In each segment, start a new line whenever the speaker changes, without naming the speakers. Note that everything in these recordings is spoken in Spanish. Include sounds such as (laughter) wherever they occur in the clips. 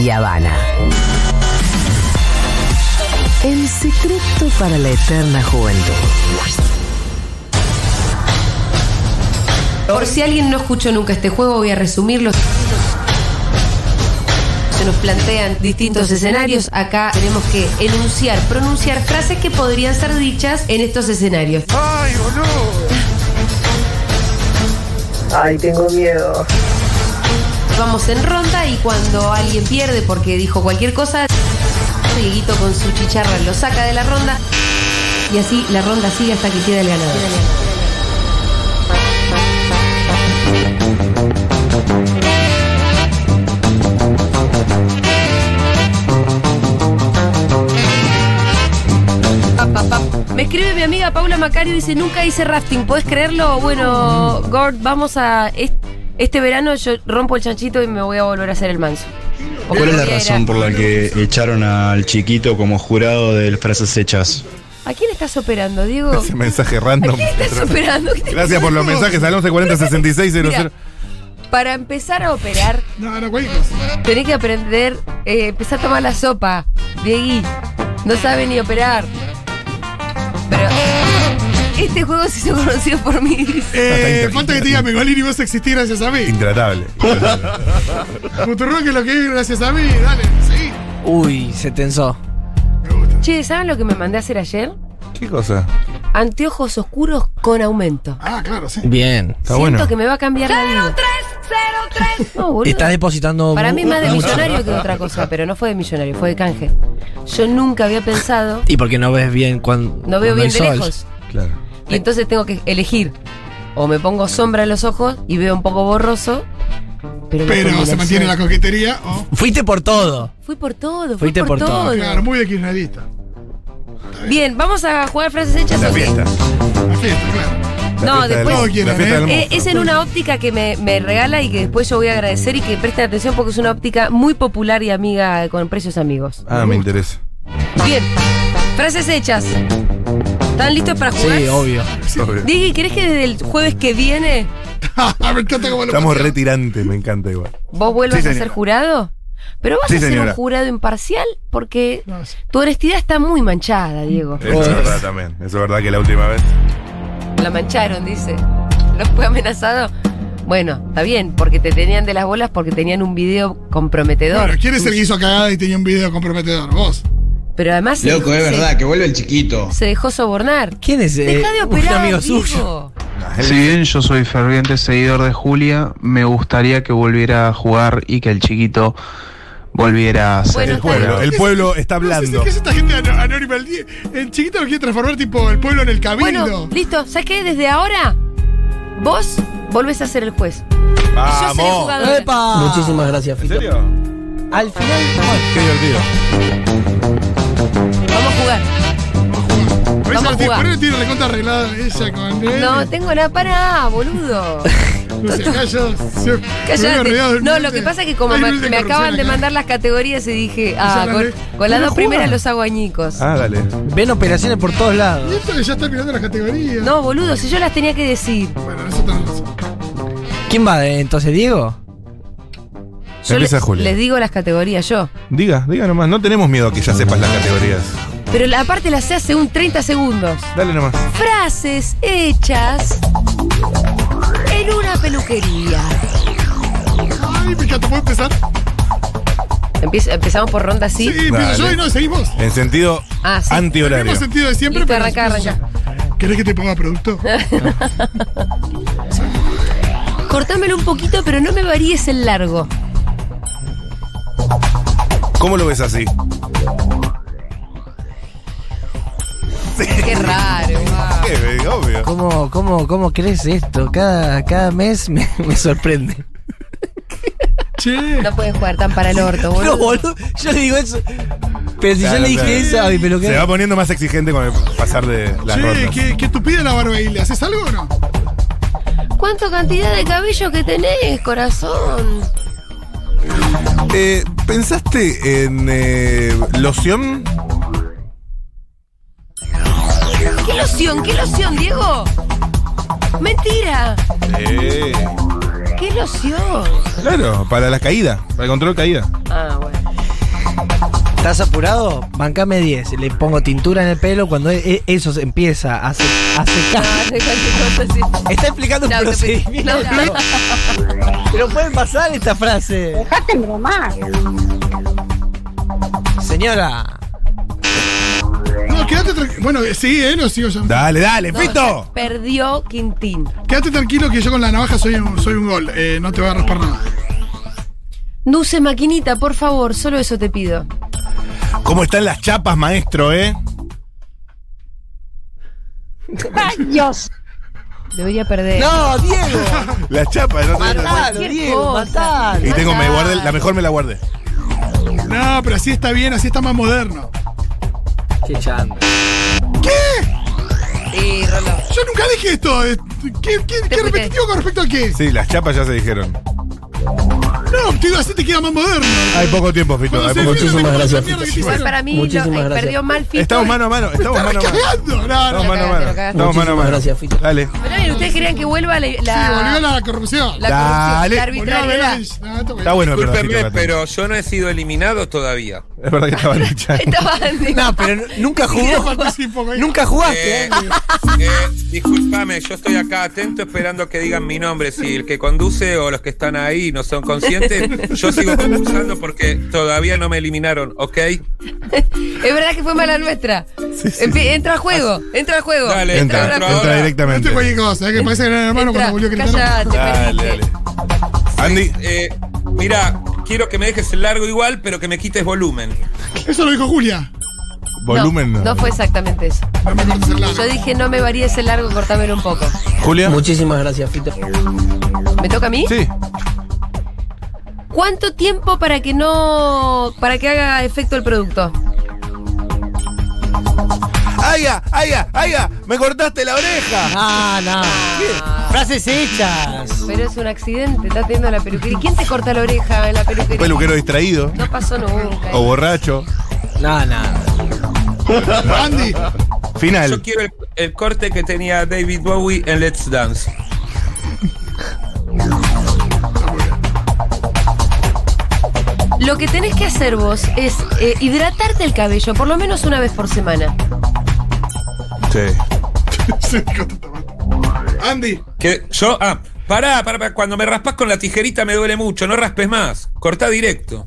y Habana. El secreto para la eterna juventud.
Por si alguien no escuchó nunca este juego, voy a resumirlo. Se nos plantean distintos escenarios. Acá tenemos que enunciar, pronunciar frases que podrían ser dichas en estos escenarios.
¡Ay, boludo!
Ay, tengo miedo.
Vamos en ronda y cuando alguien pierde porque dijo cualquier cosa, Dieguito con su chicharra lo saca de la ronda y así la ronda sigue hasta que queda el ganador. Pa, pa, pa. Me escribe mi amiga Paula Macario dice, nunca hice rafting, ¿podés creerlo? Bueno, Gord, vamos a... est- Este verano yo rompo el chanchito y me voy a volver a hacer el manso. Porque
¿Cuál es la
era-
razón por la que echaron al chiquito como jurado de las frases hechas?
¿A quién estás operando, Diego?
(laughs) Ese mensaje
¿A
random.
quién estás operando? ¿Qué te
Gracias por los
pasa?
mensajes al 1140
Mira,
6600.
para empezar a operar,
No, no, cualquier cosa.
tenés que aprender, eh, empezar a tomar la sopa. Diegui, no sabe ni operar. Pero este juego se hizo conocido por mí.
Eh,
Bastante
falta que te diga Megolini, vos existís gracias a mí.
Intratable.
Futurock es lo que es gracias a mí, dale, seguí.
Uy, se tensó.
Me gusta.
Che, ¿saben lo que me mandé a hacer ayer?
¿Qué cosa?
Anteojos oscuros con aumento.
Ah, claro, sí.
Bien.
Está
Siento
bueno.
que me va a cambiar la vida. No, boludo.
Estás depositando.
Para mí más de
mucho.
millonario que de otra cosa, pero no fue de millonario, fue de canje. Yo nunca había pensado,
Y porque no ves bien cuando.
no veo
cuando hay
bien de
sol.
lejos.
Claro.
Y entonces tengo que elegir. O me pongo sombra en los ojos y veo un poco borroso. Pero, la
Pero se
combinación-
mantiene la coquetería. o-
Fuiste por todo.
Fui por todo, fui
Fuiste
por,
por
todo.
todo.
Claro, muy de kirchnerista.
Bien, vamos a jugar frases hechas.
La
¿o qué?
fiesta.
La fiesta, claro.
La
No,
fiesta del-
después-
Todo quieren,
la fiesta
¿eh?
del
Eh,
monstruo.
es en una óptica que me, me regala y que después yo voy a agradecer y que presten atención porque es una óptica muy popular y amiga eh, con precios amigos.
Ah, me interesa.
Bien, frases hechas. ¿Están listos para jugar?
Sí, obvio.
Obvio.
Diggy, ¿querés que desde el jueves que viene
me encanta cómo lo
Estamos
patea.
retirantes, me encanta igual.
vos vuelvas
Sí,
a ser
señora.
jurado? Pero vas
Sí,
a ser
señora.
un jurado imparcial porque
No, sí.
Tu honestidad está muy manchada, Diego.
Eso es verdad también. Eso es verdad que la última vez.
La mancharon, dice. ¿No fue amenazado? Bueno, está bien, porque te tenían de las bolas porque tenían un video comprometedor.
Bueno, ¿quién es el que hizo cagada y tenía un video comprometedor? Vos.
Pero además se-
Loco, es
se,
verdad, que vuelve el chiquito.
se dejó sobornar.
¿Quién es? eh,
Deja de
un
operar,
amigo
Diego.
suyo.
Si bien yo soy ferviente seguidor de Julia, me gustaría que volviera a jugar y que el chiquito volviera a ser.
Bueno,
El
está bien.
pueblo, el pueblo está
No sé si
hablando.
es que es esta gente ano- anónima. El, die- el chiquito lo quiere transformar tipo el pueblo en el cabildo.
Bueno, listo. ¿Sabes qué? Desde ahora, vos volvés a ser el juez. Yo seré
¡Vamos!
jugadora.
¡Epa! Muchísimas gracias,
¿En
Fito.
serio?
Al final.
Qué divertido.
Vamos a jugar.
Por eso
Vamos a
tiene-
jugar.
por eso tiene la cuenta arreglada ella con él.
No tengo nada para, boludo.
No sé, acá yo se- me hubiera
Cállate.
olvidado del
No,
nivel
lo
de-
que pasa es que como
hay
me,
nivel de
me
corrupción
acaban de
acá.
mandar las categorías y dije, ah,
la
con,
ley.
con las
No
dos primeras
jodas.
los hago añicos.
Ah, dale.
Ven operaciones por todos
Y
lados.
esto que ya está mirando las categorías.
No, boludo, si yo las tenía que decir.
Bueno, eso tenés razón.
¿Quién va eh, entonces, Diego?
Yo
Empieza
les,
Julia.
les digo las categorías yo.
Diga, diga nomás. No tenemos miedo a que ya sepas las categorías.
Pero la- aparte las sé hace un 30 segundos.
Dale nomás.
Frases hechas en una peluquería.
Ay, me encanta, ¿puedo empezar?
Empieza- empezamos por ronda así.
Sí, empiezo
Dale.
yo y no, seguimos.
En sentido
Ah, sí.
El
antihorario.
mismo sentido de siempre,
Listo,
pero.
arranca, arranca.
¿Querés que te ponga producto?
Cortámelo un poquito, pero no me varíes el largo.
¿Cómo lo ves así?
Qué raro. guau.
¿Qué? Eh, Obvio.
¿Cómo, cómo, cómo crece esto? Cada, cada mes me, (laughs) me sorprende.
che.
No puedes jugar tan para el orto, boludo.
(laughs) No, boludo, yo le digo eso. Pero si
Claro,
yo le dije
claro.
eso a mi
Se va
peluquero.
poniendo más exigente con el pasar de la
Che,
ronda.
que, que tupida la barba y le haces algo o no?
¿Cuánto cantidad de cabello que tenés, corazón?
Eh, ¿Pensaste en eh, loción?
¿Qué loción? ¿Qué loción, Diego? Mentira.
Eh,
¿Qué loción?
claro, para la caída, para el control de caída.
(laughs)
Ah, bueno.
¿Estás apurado? Bancame 10. Le pongo tintura en el pelo. Cuando e- e- eso se empieza a, se- a secar. (laughs) Está explicando un
Chao, te pe-
procedimiento.
No,
Pero pueden pasar esta frase.
Dejate bromar.
Señora.
No, quédate tranquilo. Bueno, eh, sí, ¿eh? No sigo yo.
Dale, dale,
no,
Fito.
Perdió Quintín.
Quédate tranquilo que yo con la navaja soy un, soy un gol. Eh, no te voy a raspar nada.
No uses maquinita, por favor, solo eso te pido.
¿Cómo están las chapas, maestro, eh?
Ay, Dios.
Debería perder.
No, Diego.
Las chapas, no te-
Matalo,
Cualquier
Diego,
cosa.
matalo.
Y tengo, me guardé, la mejor me la guardé.
No, pero así está bien, así está más moderno.
Qué chanda.
Sí, Rolo.
Yo nunca dije esto. eh, ¿Qué, qué- qué repetitivo con respecto a qué?
Sí, las chapas ya se dijeron.
No, te digo, así te queda más moderno.
Hay poco tiempo, Fito.
Cuando
Hay
se
poco
defienden,
tiempo.
te
gracias,
ponen la mierda que
Igual
te hicieron.
para mí
Muchísimas
lo- eh,
gracias.
perdió mal Fito.
Estamos mano a mano, estamos mano a mano.
Cagando, no, no.
Estamos mano a
Te lo
mano.
cagaste.
Estamos mano a
Muchísimas
mano.
gracias, Fito.
Dale.
Pero miren, ustedes querían que vuelva la, la,
Sí, volvió la corrupción.
la
Dale.
corrupción,
Volvió
la
a
arbitrariedad.
Belange. No, esto-
Está bueno, pero.
Discúlpenme, pero yo no he sido eliminado todavía.
Es verdad que estaba dicha.
Estaba
No, pero n- (laughs) nunca
Yo
jugó.
participo, güey.
Nunca jugaste.
Eh,
¿eh?
eh, discúlpame, yo estoy acá atento esperando que digan mi nombre. Si el que conduce o los que están ahí no son conscientes, yo sigo concursando porque todavía no me eliminaron, ¿ok?
Es verdad que fue mala nuestra. Empie- Entra al juego, entra al juego.
Dale,
entra,
Entra,
Entra
entra
ahora.
Esto
directamente.
es cualquier cosa, ¿eh? que parece gran hermano cuando volvió Cristiano.
Cállate,
Dale,
perdiste.
dale. Andy,
Eh, mira, quiero que me dejes el largo igual, pero que me quites volumen.
Eso lo dijo Julia.
volumen.
No, no fue exactamente eso.
No me cortes el
Yo
largo.
dije, no me varíes el largo, cortámelo un poco.
Julia.
Muchísimas gracias, Fito.
¿Me toca a mí?
Sí.
¿Cuánto tiempo para que no. para que haga efecto el producto?
¡Aiga! ¡Aiga! ¡Aiga! ¡Me cortaste la oreja!
Ah, no. Frases hechas.
Pero es un accidente, está teniendo la peluquería. ¿Quién te corta la oreja en la peluquería?
Peluquero Oh, distraído.
No pasó nunca.
O borracho.
No, no.
Andy,
Final.
Yo quiero el, el corte que tenía David Bowie en Let's Dance.
Lo que tenés que hacer vos es eh, hidratarte el cabello por lo menos una vez por semana.
Sí.
se corta. Andy,
Que yo, ah, pará, pará, pará, cuando me raspas con la tijerita me duele mucho, no raspes más, cortá directo.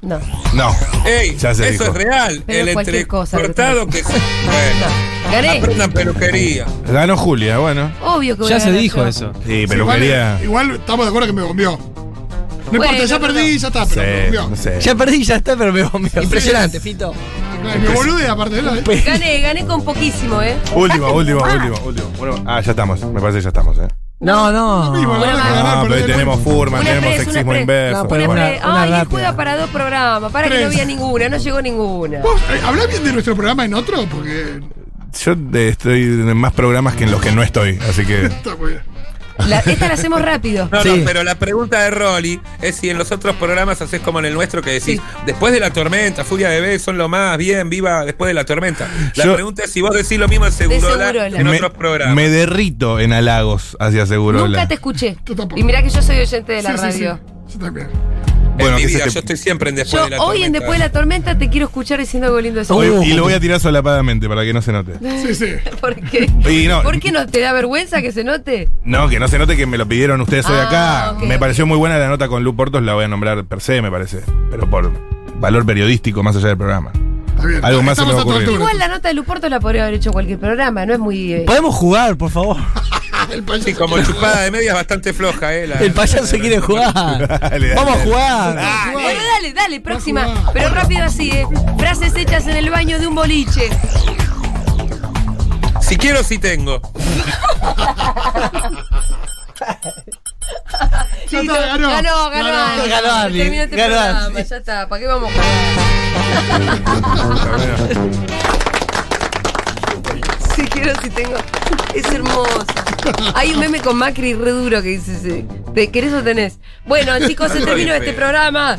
No.
No.
Ey,
Ya
eso
se dijo.
es real,
Pero
el
cualquier cosa,
entrecortado que se... Bueno,
(laughs) No.
Ah,
Gané.
aprendan peluquería.
Ganó Julia, bueno.
Obvio que voy a
Ya se
ganar
dijo
yo.
eso.
Sí,
igual,
peluquería.
igual estamos de acuerdo que me bombió. No importa, ya
no,
perdí,
no.
ya está, pero me
Sí,
bombió.
no sé.
Ya perdí, ya está, pero me bombeó.
Impresionante, Fito.
Ay, Me bolude aparte de la.
pues,
Gané, gané con poquísimo, ¿eh?
Último, último, último, último. Bueno, ah, ya estamos. Me parece que ya estamos, eh.
No, no.
Bueno,
Ah, pero tenemos Furman,
Una
tenemos
pres, una
sexismo
pres.
inverso.
No, pero
Bueno.
una-
Eh, Ay, él
rápida.
juega para dos programas. Para que
Tres. Uh.
no había ninguna, no llegó ninguna.
Habla eh, bien de nuestro programa en otro, porque.
Yo eh, estoy en más programas que en los que no estoy, así que.
Está muy bien.
La- esta la hacemos rápido.
No,
Sí.
no, pero la pregunta de Rolly es si en los otros programas haces como en el nuestro que decís,
Sí.
después de la tormenta, Furia de B, son lo más, bien, viva después de la tormenta. La
Yo-
pregunta es si vos decís lo mismo en Segurola
Segurola.
que en otros programas.
me derrito en halagos hacia seguro.
Nunca te escuché.
Tú tampoco.
Y mirá que yo soy oyente de la
Sí, sí, sí.
radio.
Yo también.
en
Bueno,
mi
que
vida,
se te-
yo estoy siempre en después
Yo
de la
hoy en
tormenta.
Después de la Tormenta te quiero escuchar diciendo algo lindo de eso.
Hoy- y lo voy a tirar solapadamente para que no se
(laughs)
note.
Sí, sí.
¿Por qué?
Y no-
¿Por qué no te da vergüenza que se note?
No, que no se note que me lo pidieron ustedes hoy
Ah,
acá.
ok,
Me
ok.
pareció muy buena la nota con Lu Portos, la voy a nombrar per se, me parece. Pero por valor periodístico más allá del programa.
Está bien.
Algo más se
Estamos
me va a
tu
ocurrir.
altura.
Igual la nota de Luporto la podría haber hecho cualquier programa, no es muy. eh,
Podemos jugar, por favor.
El payaso.
(laughs)
Sí, como chupada de media es bastante floja, eh. la-
El payaso quiere jugar.
Dale, dale.
Vamos a jugar.
Igual.
Bueno, dale, dale, próxima.
jugar.
Pero rápido así, ¿eh? Frases hechas en el baño de un boliche.
Si quiero, si tengo.
Ya está, ganó.
Ganó, ganó.
Ganó.
Andy.
Ganó, Andy.
Terminó este
Ganó,
programa,
Andy.
Ya está, ¿para qué vamos a jugar? (laughs) Si quiero, si tengo. Es hermoso. Hay un meme con Macri re duro que dice: sí, ¿Te querés o tenés? Bueno, chicos, se terminó este programa.